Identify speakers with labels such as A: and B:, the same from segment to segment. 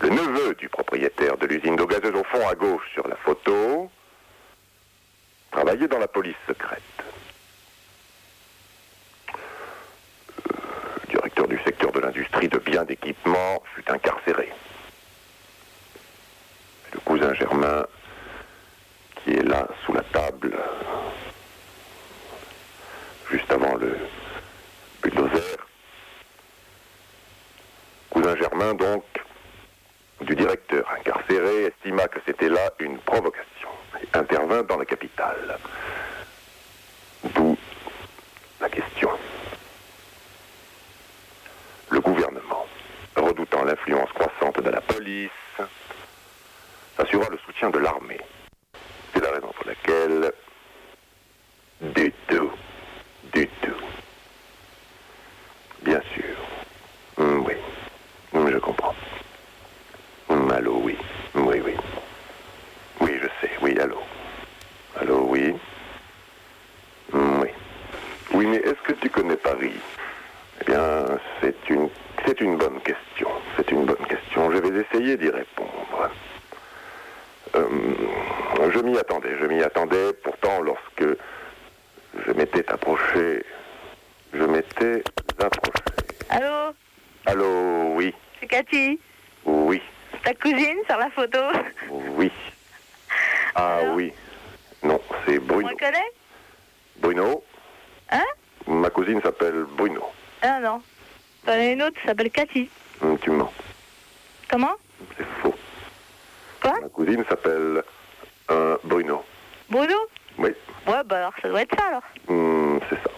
A: bleu du propriétaire de l'usine d'eau gazeuse au fond à gauche sur la photo travaillait dans la police secrète. Euh, Le directeur du secteur de l'industrie de biens d'équipement fut incarcéré. Et Le cousin Germain, qui est là sous la table, juste avant le bulldozer. Cousin Germain, donc, du directeur incarcéré, estima que c'était là une provocation et intervint dans la capitale. D'où la question. Le gouvernement, redoutant l'influence croissante de la police, assura le soutien de l'armée. C'est la raison pour laquelle... Du tout. Du tout. Bien sûr. Hmm, oui. Hmm, je comprends. Hmm, allô, oui. Oui, oui. Oui, je sais. Oui, allô. Allô, oui. Hmm, oui. Oui, mais est-ce que tu connais Paris Eh bien, c'est une, c'est une bonne question. C'est une bonne question. Je vais essayer d'y répondre. Euh, je m'y attendais. Je m'y attendais. Pourtant, lorsque je m'étais approché, je m'étais approché.
B: Allô,
A: Allô, oui,
B: c'est Cathy,
A: oui,
B: ta cousine sur la photo.
A: oui. Ah oui. Non, c'est
B: On
A: Bruno.
B: le connaît
A: Bruno,
B: Hein
A: ma cousine s'appelle Bruno.
B: Ah non. T'en as une autre qui s'appelle Cathy.
A: Hum, Tu mens,
B: Comment
A: c'est faux.
B: Quoi
A: Ma cousine s'appelle euh, Bruno.
B: Bruno
A: Oui,
B: Ouais, bah alors ça doit être ça alors.
A: hum, c'est ça.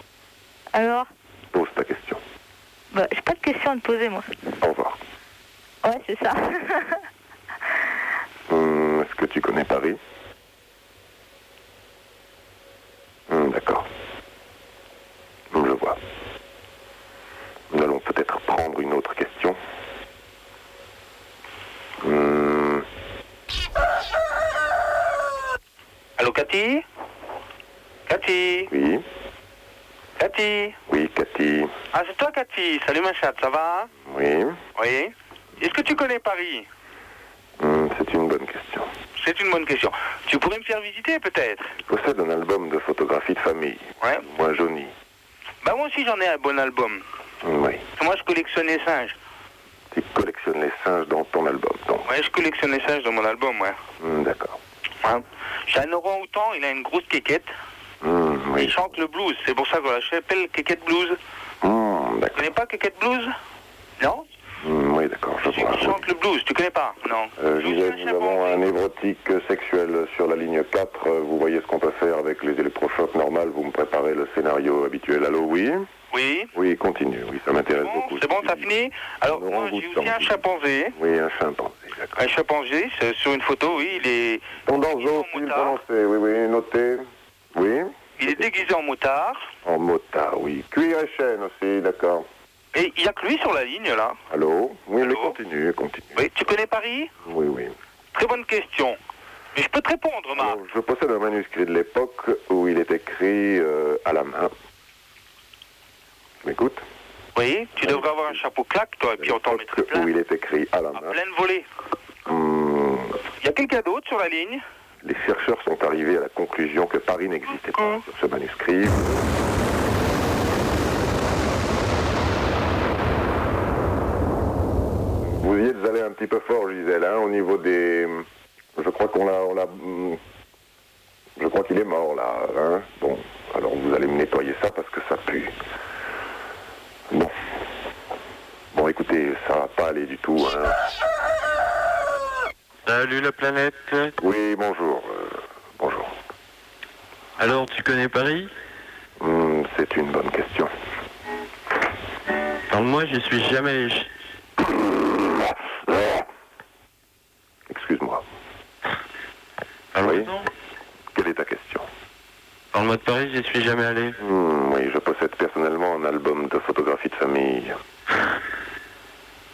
B: Alors
A: Pose ta question.
B: Bah, j'ai pas de questions à te poser moi.
A: Au revoir.
B: Ouais, c'est ça.
A: Hum, Est-ce que tu connais Paris Hum, D'accord. Hum, Je vois. Nous allons peut-être prendre une autre question. Hum,
C: Allô, Cathy Cathy
A: oui,
C: Cathy
A: oui, Cathy.
C: Ah, c'est toi, Cathy. Salut, ma chatte, ça va
A: Oui,
C: Oui. Est-ce que tu connais Paris
A: Hum, c'est une bonne question.
C: C'est une bonne question. Tu pourrais me faire visiter, peut-être
A: Je possède un album de photographies de famille.
C: Ouais.
A: Moi, Johnny.
C: Bah, moi aussi, j'en ai un bon album.
A: Hum, Oui.
C: Moi, je collectionne les singes.
A: Tu collectionnes les singes dans ton album, donc.
C: Ouais, je collectionne les singes dans mon album, ouais.
A: Hum, D'accord.
C: Ouais. J'ai un orang-outan, il a une grosse quéquette.
A: Hum,
C: Il
A: oui.
C: chante le blues. C'est pour ça qu'on l'appelle quéquette blues.
A: Hum,
C: Tu
A: D'accord.
C: connais pas quéquette blues Non
A: Hum, oui, d'accord, je vois.
C: Il
A: oui.
C: chante le blues. Tu connais pas Non.
A: Euh,
C: Blues,
A: Gisèle,
C: c'est un
A: nous avons
C: chapon.
A: un névrotique sexuel sur la ligne 4. Euh, Vous voyez ce qu'on peut faire avec les électrochocs normales. Vous me préparez le scénario habituel. Allô, oui
C: Oui.
A: Oui, continue. Oui, ça m'intéresse
C: Bon,
A: beaucoup.
C: c'est bon, t'as fini Alors,
A: Laurent
C: moi, j'ai
A: Goustan,
C: aussi un
A: oui.
C: chimpanzé.
A: Oui, un chimpanzé, d'accord.
C: Un chimpanzé, c'est sur une photo, oui, il est,
A: Tendance
C: Ils sont
A: aussi
C: motards.
A: prononcée. Oui, oui, noté. Oui
C: il est déguisé en motard.
A: En motard, oui. Cuir et chaîne aussi, d'accord.
C: Et il n'y a que lui sur la ligne, là.
A: Allô Oui, mais
C: Allô
A: continue, continue.
C: Oui, tu connais Paris
A: Oui, oui.
C: Très bonne question. Mais je peux te répondre, Marc.
A: Alors, je possède un manuscrit de l'époque où il est écrit euh, à la main. M'écoute
C: Oui, tu devrais avoir un
A: euh,
C: chapeau claque, toi, et puis on t'en mettrait
A: L'époque
C: plein. Ah,
A: Où il est écrit à la
C: À
A: main.
C: pleine volée.
A: Hum,
C: Il y a quelqu'un d'autre sur la ligne
A: les chercheurs sont arrivés à la conclusion que Paris n'existait pas sur ce manuscrit. Vous y êtes allé un petit peu fort, Gisèle, hein, au niveau des... Je crois qu'on l'a... on l'a- hum, Je crois qu'il est mort, là. hein. bon, alors vous allez me nettoyer ça parce que ça pue. Bon. Bon, écoutez, ça va pas aller du tout. hein.
D: Salut la planète.
A: Oui, bonjour. euh, bonjour.
D: Alors, tu connais Paris
A: Hmm, c'est une bonne question.
D: Alors moi, j'y suis jamais allé.
A: Excuse-moi.
D: Parle-moi
A: Oui.
D: de-
A: Quelle est ta question
D: Parle-moi de Paris, j'y suis jamais allé.
A: Hmm, Oui, je possède personnellement un album de photographies de famille.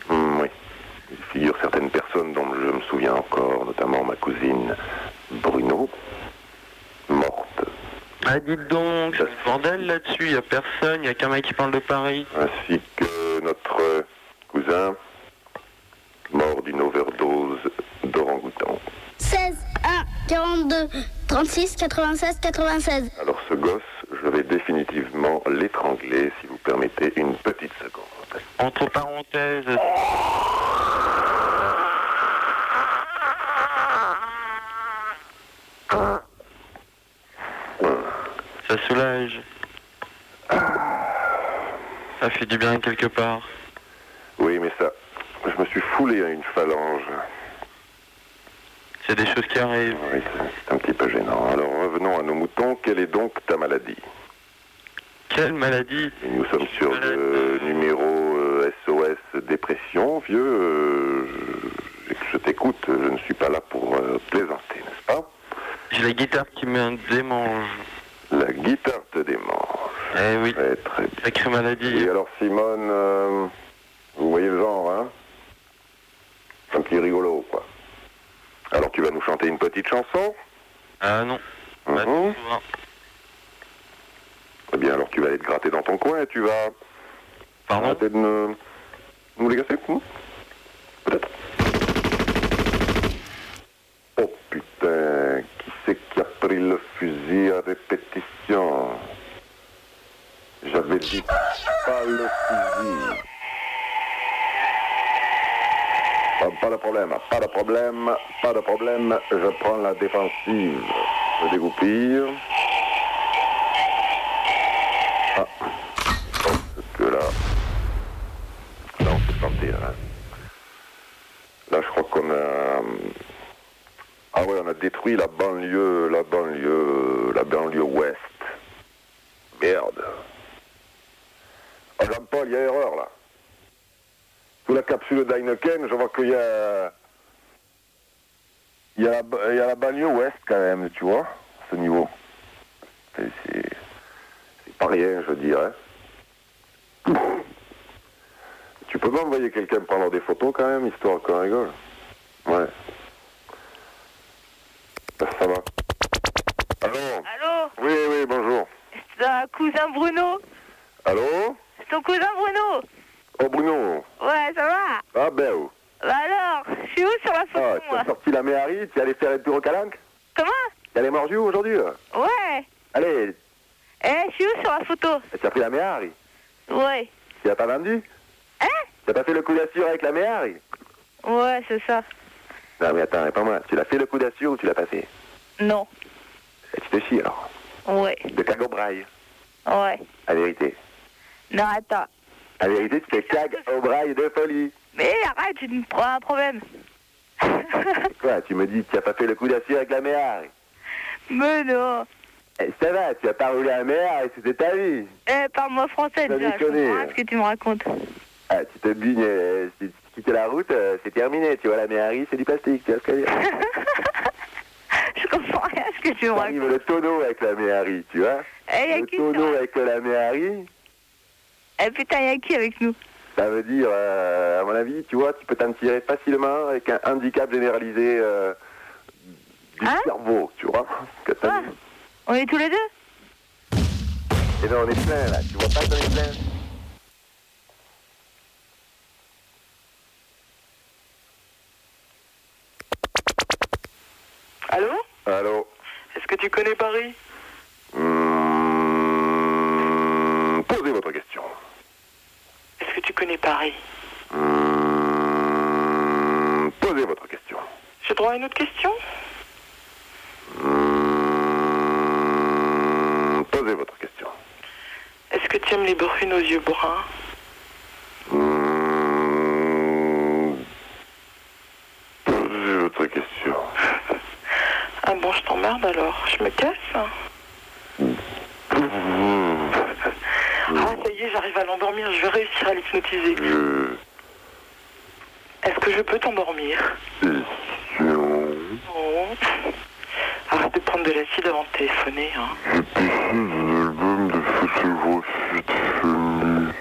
A: Hmm, oui. Il figure certaines personnes dont je me souviens encore, notamment ma cousine Bruno, morte.
D: Ah, dites donc, c'est le bordel là-dessus, y a personne, y a qu'un mec qui parle de Paris.
A: ainsi que notre cousin, mort d'une overdose
E: 16 1 42 36 96 96.
A: Alors ce gosse, je vais définitivement l'étrangler, si vous permettez une petite seconde.
D: Entre parenthèses, ça soulage. Ça fait du bien quelque part.
A: Oui, mais ça, je me suis foulé à une phalange.
D: C'est des choses qui arrivent.
A: Oui, c'est- c'est un petit peu gênant. Alors revenons à nos moutons. Quelle est donc ta maladie
D: Quelle maladie
A: Et Nous sommes sur le numéro euh, SOS dépression, vieux. euh, je je t'écoute, je ne suis pas là pour euh, plaisanter, n'est-ce pas
D: J'ai la guitare qui me démange.
A: La guitare te démange.
D: Eh oui,
A: Très, très bien.
D: sacrée maladie.
A: Et alors Simone, euh, vous voyez le genre, hein Un petit rigolo, quoi. Alors tu vas nous chanter une petite chanson
D: Ah non, pas hein.
A: Mhm.
D: souvent.
A: Eh bien alors tu vas aller te gratter dans ton coin et tu vas
D: Pardon
A: arrêter de me- nous les casser hein Peut-être Oh putain, qui c'est qui a pris le fusil à répétition J'avais dit pas le fusil. Pas, pas de problème, pas de problème, pas de problème. Je prends la défensive. Je dégoupille. Ah. Oh, parce que là. Là, on peut sentir. hein. Là, je crois qu'on a. euh, Ah ouais, on a détruit la banlieue, la banlieue, la banlieue ouest. Merde. Ah, Jean-Paul, il y a erreur là. Sous la capsule d'Heineken, je vois qu'il y a. Il y a, la, ba- il y a la banlieue ouest quand même, tu vois, à ce niveau. C'est- C'est c'est pas rien, je hein. dirais. Tu peux pas envoyer quelqu'un prendre des photos quand même, histoire qu'on rigole Ouais. Ça, ça va. Allô
B: Allô
A: Oui, oui, bonjour.
B: C'est un cousin Bruno
A: Allô
B: C'est ton cousin Bruno
A: Oh Bruno
B: Ouais, ça va
A: Ah ben oh.
B: Bah alors, je suis où sur la
A: Ah,
B: photo,
A: tu as
B: moi
A: sorti la méhari, tu es allé faire un tour au calanque
B: Comment
A: Tu es allé mordre aujourd'hui là
B: Ouais
A: Allez,
B: Eh, je suis où sur la photo
A: tu as pris la méhari
B: Ouais.
A: Tu l'as pas vendu
B: Hein
A: T'as pas fait le coup d'assure avec la méhari
B: Ouais, c'est ça.
A: Non mais attends, pas moi. Tu l'as fait le coup d'assure ou tu l'as pas fait
B: Non.
A: Et Tu te chies alors.
B: Ouais.
A: De cagobraille,
B: Ouais.
A: la vérité.
B: Non, attends.
A: La vérité, tu te cagues au braille de folie.
B: Mais arrête, tu me prends un problème.
A: Quoi, tu me dis que tu n'as pas fait le coup d'acier avec la mère
B: Mais non.
A: Eh, Ça va, tu as pas roulé la mer et c'était ta vie.
B: Eh, parle-moi français
A: T'as
B: déjà, je
A: déconné.
B: comprends rien ce que tu me racontes.
A: Ah, tu te bignes, euh, si tu quittes la route, euh, c'est terminé. Tu vois, la mer c'est du plastique, tu vois ce que je veux dire
B: Je comprends rien à ce que tu me racontes.
A: T'arrives le tonneau avec la mer tu vois
B: Eh, y a
A: Le
B: qui sur
A: tonneau
B: la-
A: avec la mer
B: Eh putain, y'a qui avec nous
A: ça veut dire, euh, à mon avis, tu vois, tu peux t'en tirer facilement avec un handicap généralisé euh, du
B: Hein
A: cerveau, tu vois que t'as
B: Ah.
A: mis.
B: On est tous les deux
A: Et non, on est plein, là. Tu vois pas qu'on est plein
C: Allô
A: Allô
C: Est-ce que tu connais Paris
A: Mmh, Posez votre question.
C: Est-ce que tu connais Paris
A: Mmh, Posez votre question.
C: J'ai droit à une autre question
A: Mmh, Posez votre question.
C: Est-ce que tu aimes les brunes aux yeux bruns
A: Mmh, Posez votre question.
C: Ah bon, je t'emmerde alors. Je me casse Ah, ça y est, j'arrive à l'endormir. Je vais réussir à l'hypnotiser.
A: Je-
C: Est-ce que je peux t'endormir
A: Question.
C: Non. Arrête de prendre de l'acide avant de téléphoner. Hein.
A: L'album de Festival Fuite Chenille.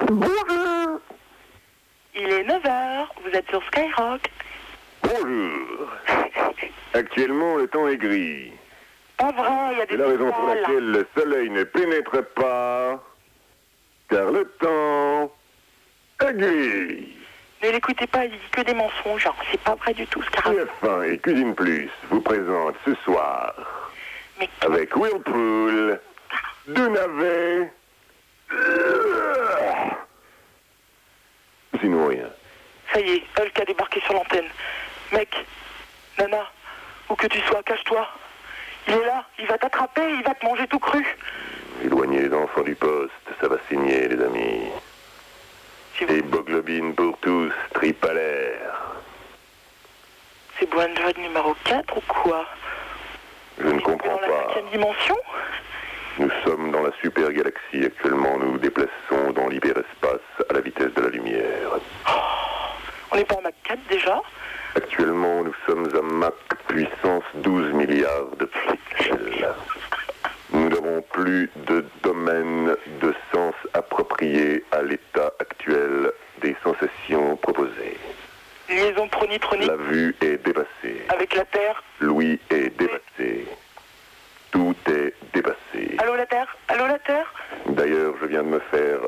A: Bonjour.
C: Il est 9h. Vous êtes sur Skyrock.
A: Bonjour. Actuellement, le temps est gris.
C: Pas vrai, il y a des
A: C'est la raison pour
C: étoiles.
A: laquelle le soleil ne pénètre pas car le temps aiguille.
C: Ne l'écoutez pas, il dit que des mensonges. hein. C'est pas vrai du tout ce
F: Ah.
C: qu'il
A: TF1 et Cuisine Plus vous présentent ce soir,
C: Mais
A: avec Whirlpool, Denavet. Sinon rien.
C: ça y est, Hulk a débarqué sur l'antenne. Mec, Nana, où que tu sois, cache-toi. Il est là, il va t'attraper, il va te manger tout cru.
A: Éloignez les enfants du poste, ça va saigner les amis.
C: Si vous-
A: Et Boglobine pour tous, tripalaire.
C: C'est Boindred numéro 4 ou quoi
A: Je ne comprends
C: Dans la
A: pas.
C: cinquième dimension
A: Nous sommes dans la super galaxie. Actuellement, nous nous déplaçons dans l'hyperespace à la vitesse de la lumière.
C: On n'est pas en Mac 4 déjà
A: Actuellement, nous sommes à Mach puissance 12 milliards de pixels. Nous n'avons plus de domaine de sens approprié à l'état actuel des sensations proposées.
C: Liaison pronitronique
A: La vue est dépassée.
C: avec la Terre.
A: L'ouïe est dépassée. Tout est dépassé.
C: Allô la Terre Allô la Terre
A: D'ailleurs, je viens de me faire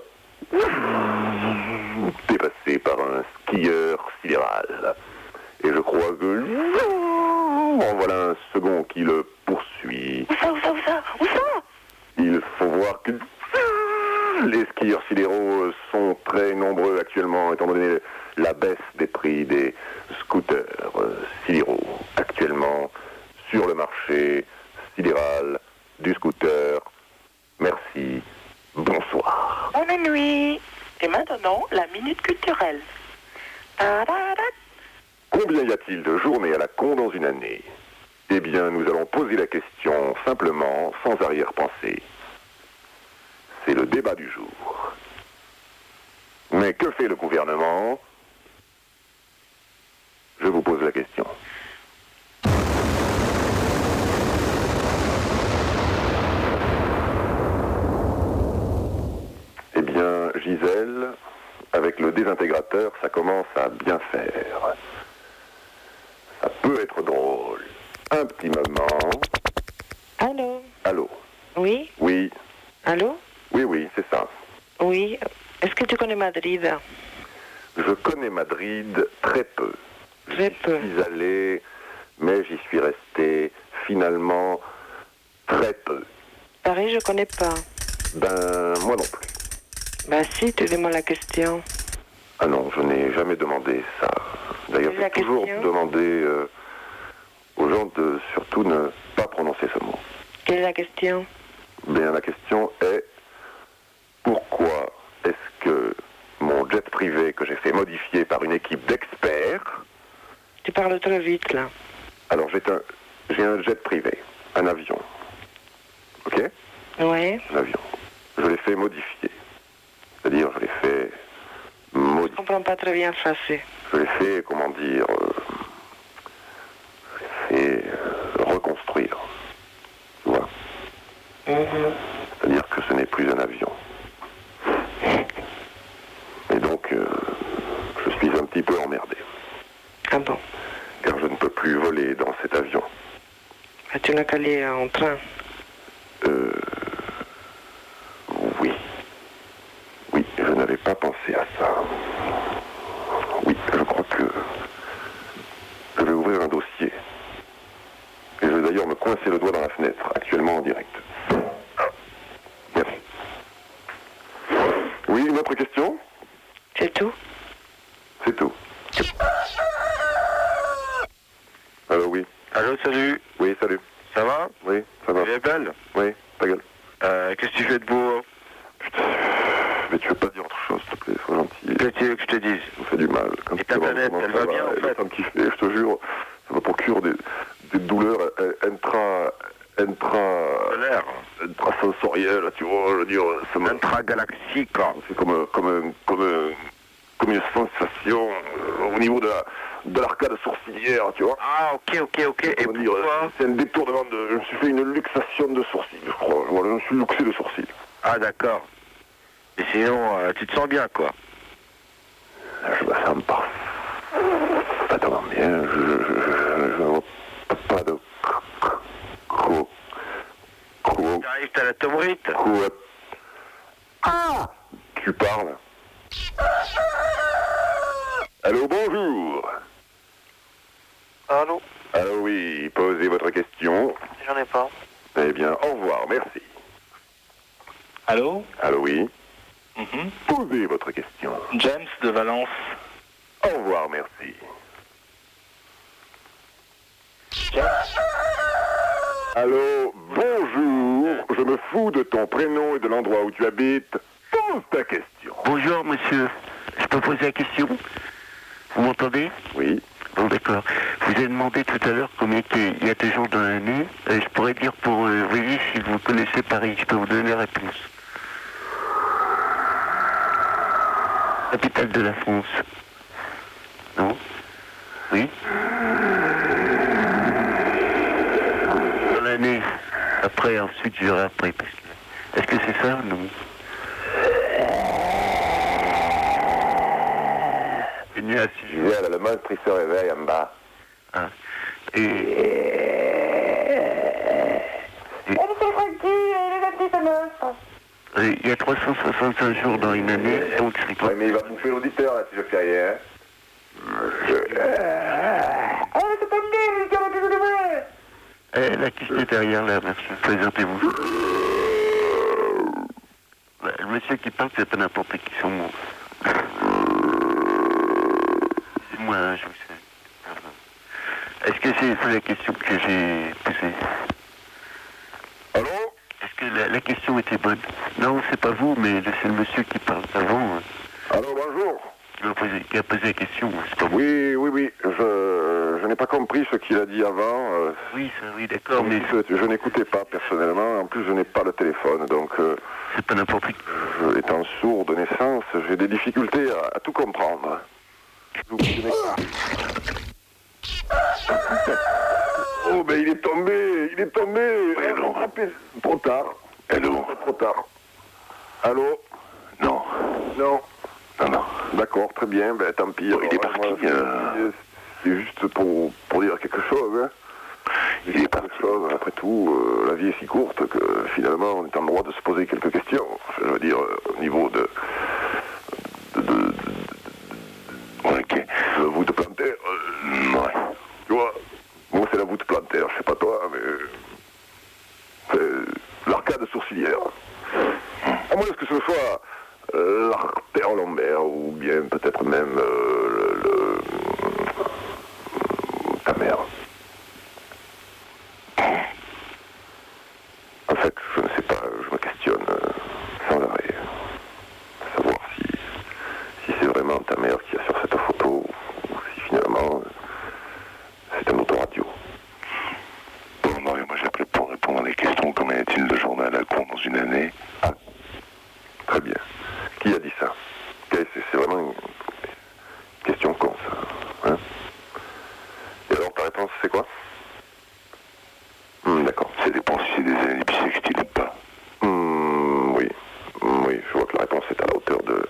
A: dépasser par un skieur sidéral. Et je crois que... En voilà un second qui le poursuit.
C: Où ça Où ça Où ça Où ça
A: Il faut voir que... Les skieurs sidéraux sont très nombreux actuellement, étant donné la baisse des prix des scooters euh, sidéraux. Actuellement, sur le marché sidéral du scooter. Merci. Bonsoir.
C: On est nuit Oh, Et maintenant, la minute culturelle. Ta-da-da.
A: Combien y a-t-il de journées à la con dans une année Eh bien, nous allons poser la question simplement, sans arrière-pensée. C'est le débat du jour. Mais que fait le gouvernement Je vous pose la question. Eh bien, Gisèle, avec le désintégrateur, ça commence à bien faire. Ça peut être drôle. Un petit moment.
F: Allô
A: Allô
F: Oui
A: Oui,
F: Allô
A: oui, oui, c'est ça.
F: Oui Est-ce que tu connais Madrid
A: Je connais Madrid très peu.
F: Très peu.
A: J'y suis allé, mais j'y suis resté finalement très peu.
F: Paris, je connais pas.
A: Ben, moi non plus.
F: Bah si, tu demandes la question.
A: Ah non, je n'ai jamais demandé ça. D'ailleurs,
F: La
A: j'ai toujours
F: question
A: demandé euh, aux gens de surtout ne pas prononcer ce mot.
F: Quelle est la question
A: Bien, la question est pourquoi est-ce que mon jet privé que j'ai fait modifier par une équipe d'experts,
F: Tu parles trop vite là.
A: alors j'ai un, j'ai un jet privé, un avion, ok
F: Ouais.
A: Un avion. Je l'ai fait modifier. C'est-à-dire, je l'ai fait
F: Je
A: modifier.
F: comprends pas très bien français.
A: Je l'ai fait, comment dire, euh, je l'ai fait euh, reconstruire. Tu vois C'est-à-dire que ce n'est plus un avion. Et donc, euh, je suis un petit peu emmerdé,
F: Ah bon
A: car je ne peux plus voler dans cet avion.
F: Bah, Tu n'as qu'à aller en train.
A: Euh, oui. Oui, je n'avais pas pensé à ça. Oui, je crois que je vais ouvrir un dossier. Et je vais d'ailleurs me coincer le doigt dans la fenêtre, actuellement en direct. Merci. Oui, une autre question
F: C'est tout
A: C'est tout. Alors Euh, oui.
D: Allô, salut.
A: Oui, salut.
D: Ça va
A: Oui, ça va.
D: Elle est belle.
A: Oui, ta gueule.
D: Euh, Qu'est-ce que tu fais de beau hein
A: Mais tu veux pas dire autre chose, s'il te plaît, sois gentil.
D: Qu'est-ce que tu veux que je te dise
A: Ça me fait du mal. Quand
D: Et
A: tu
D: ta
A: demandes
D: planète,
A: comment
D: elle
A: ça
D: va bien, en
A: elle
D: fait
A: va me kiffer, je te jure. Ça me procure des, des douleurs euh, intra... intra...
D: L'air.
A: intrasensorielles, tu vois, je veux dire, ça me...
D: Intragalaxique. hein.
A: C'est comme, un- comme, un- comme, un- comme une sensation euh, au niveau de la- de l'arcade sourcilière, tu vois.
D: Ah, ok, ok, ok. Et
A: Comment dire,
D: pourquoi
A: C'est un détournement de... Je me suis fait une luxation de sourcils, je crois. Voilà, je me suis luxé de sourcils.
D: Ah, d'accord. Et sinon, euh, tu te sens bien, quoi.
A: Ah, Je me sens pas tellement bien. Je, je, je, je n'ai pas de co... co...
D: T'arrives, t'as la tomrite.
A: co... Ah tu parles Allô, bonjour
C: Allô
A: Allô, oui, posez votre question.
C: J'en ai pas.
A: Eh bien, au revoir, merci.
G: Allô
A: Allô, oui,
G: Mhm.
A: posez votre question.
G: James de Valence.
A: Au revoir, merci. Allô, bonjour, je me fous de ton prénom et de l'endroit où tu habites. Pose ta question.
H: Bonjour monsieur, je peux poser la question Vous m'entendez
A: Oui,
H: Bon d'accord. Je vous ai demandé tout à l'heure combien était- il y a des jours dans l'année. Euh, je pourrais dire pour euh, voyez si vous connaissez Paris, je peux vous donner la réponse. Capitale de la France. Non Oui Dans l'année. Après, ensuite j'irai après. parce que- Est-ce que c'est ça ou non C'est nul à suivre.
A: Gisèle, le monstre, il se réveille en bas.
H: Hein. Et... Et Il y a 365 jours dans une année, donc c'est pas...
A: Ouais, mais il va bouffer l'auditeur, là, si je fais rien. Euh,
H: Eh, la qui est derrière, là, merci. Présentez-vous. Bah, Le monsieur qui parle, c'est pas n'importe qui, son mot. C'est moi, hein, je vous sais. Pardon. Est-ce que c'est c'est la question que j'ai posée
A: Allô
H: Est-ce que la, la question était bonne Non, c'est pas vous, mais c'est le monsieur qui parle avant, hein,
A: Allô, bonjour.
H: qui m'a posé- qui a posé la question. hein, C'est pas vous.
A: Oui, oui, oui, je, je n'ai pas compris ce qu'il a dit avant. euh,
H: Oui, ça, oui, d'accord, mais
A: je, je n'écoutais pas personnellement, en plus je n'ai pas le téléphone, donc euh,
H: c'est pas n'importe qui.
A: je- étant sourd de naissance, j'ai des difficultés à, à tout comprendre. Je vous- je n'ai- Oh, mais il est tombé, il est tombé Attrapez- Trop tard. Allô Trop tard. Allô
I: Non,
A: Non.
I: non, non.
A: D'accord, très bien, ben tant pis.
I: Bon, il est
A: Alors,
I: parti,
A: moi, c'est-
I: euh.
A: C'est juste pour, pour dire quelque chose. Hein.
I: Il
A: Dire
I: est parti.
A: quelque chose. Après tout, euh, la vie est si courte que finalement, on est en droit de se poser quelques questions. Je veux dire, euh, au niveau de,
I: Ok.
A: de voûte plantaire.
I: Mm, Ouais.
A: Tu vois, moi, c'est la voûte plantaire, je sais pas toi, mais. C'est l'arcade sourcilière. À moins que ce soit euh, l'artère lombaire, ou bien peut-être même euh, le, le- ta mère. En fait, je ne sais pas, je me questionne euh, sans arrêt. euh, À savoir si, si c'est vraiment ta mère qui a sur cette photo, ou si finalement. euh, c'est un autoradio.
I: Bon, non, mais moi j'appelais pour répondre à des questions. Combien y a-t-il de journées à la con dans une année
A: Ah, Très bien. Qui a dit ça Qu'est- C'est c'est vraiment une question con, ça. Hein Et alors, ta réponse, c'est quoi Hum, D'accord.
I: Ça dépend si c'est des années bissextiles ou pas.
A: Hum, oui. Hum, oui, je vois que la réponse est à la hauteur de,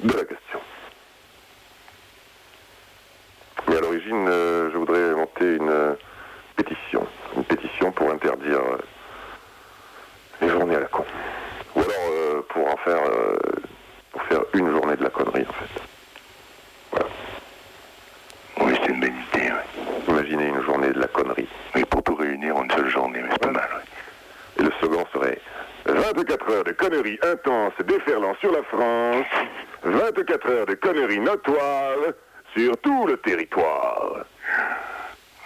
A: de la question. Mais à l'origine, euh, je voudrais monter une euh, pétition. Une pétition pour interdire euh, les journées à la con. Ou alors euh, pour en faire, euh, pour faire une journée de la connerie, en fait. Voilà.
I: Oui, c'est une bonne idée, ouais.
A: Imaginez une journée de la connerie.
I: Mais pour tout réunir en une seule journée, mais c'est pas mal, ouais.
A: Et le second serait 24 heures de conneries intenses déferlant sur la France, 24 heures de conneries notoires sur tout le territoire.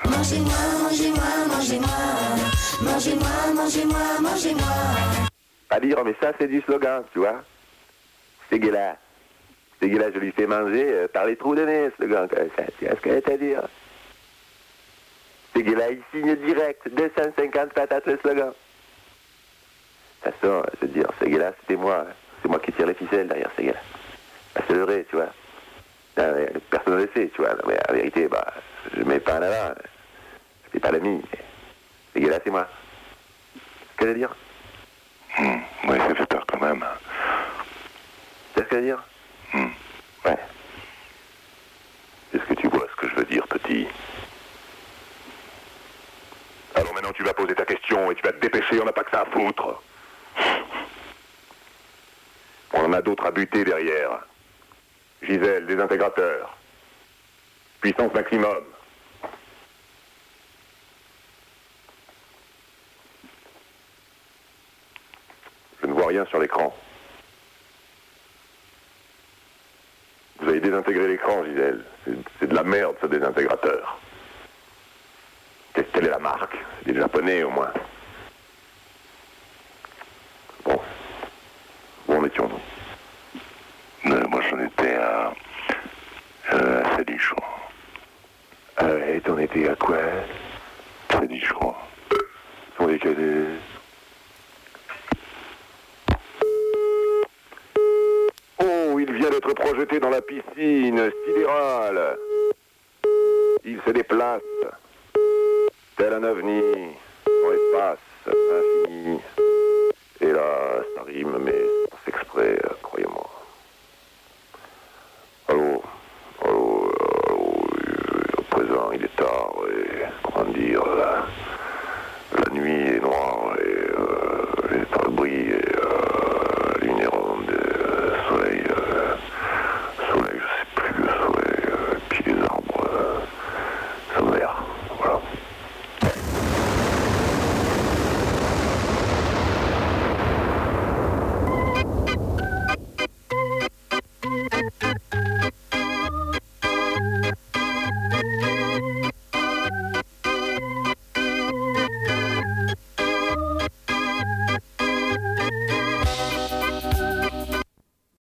J: Mangez-moi, mangez-moi, mangez-moi. Mangez-moi, mangez-moi, mangez-moi.
A: Pas dire, mais ça c'est du slogan, tu vois. C'est guéla. C'est guéla, je lui fais manger euh, par les trous de nez, ce slogan, comme ça. Tu vois ce qu'elle est à dire C'est guéla, il signe direct, 250 patates le slogan. De toute façon, je veux dire, ce gars-là, c'était moi. hein. C'est moi qui tire les ficelles derrière ce gars-là. Bah, c'est le vrai, tu vois. Non, mais personne ne le sait, tu vois. Non, mais en vérité, bah, je mets pas en avant. C'est pas l'ami. Ce gars-là, c'est moi. Ce qu'elle veut dire
I: Hum, Ouais, ça fait peur quand même. hein.
A: C'est ce qu'elle veut dire
I: Hum.
A: Ouais. Est-ce que tu vois ce que je veux dire, petit Alors maintenant, tu vas poser ta question et tu vas te dépêcher, on n'a pas que ça à foutre. On en a d'autres à buter derrière. Gisèle, désintégrateur. Puissance maximum. Je ne vois rien sur l'écran. Vous avez désintégré l'écran, Gisèle. C'est- C'est de la merde, ce désintégrateur. Qu'est-ce- Quelle est la marque C'est des Japonais, au moins. Bon. Où en étions-nous
I: Euh, moi, j'en étais à. Euh, à Salichon.
A: Euh, et t'en étais à quoi
I: Salichon.
A: Sont des cadets. Oh, il vient d'être projeté dans la piscine sidérale. Il se déplace, tel un ovni, dans l'espace infini. euh, euh, euh,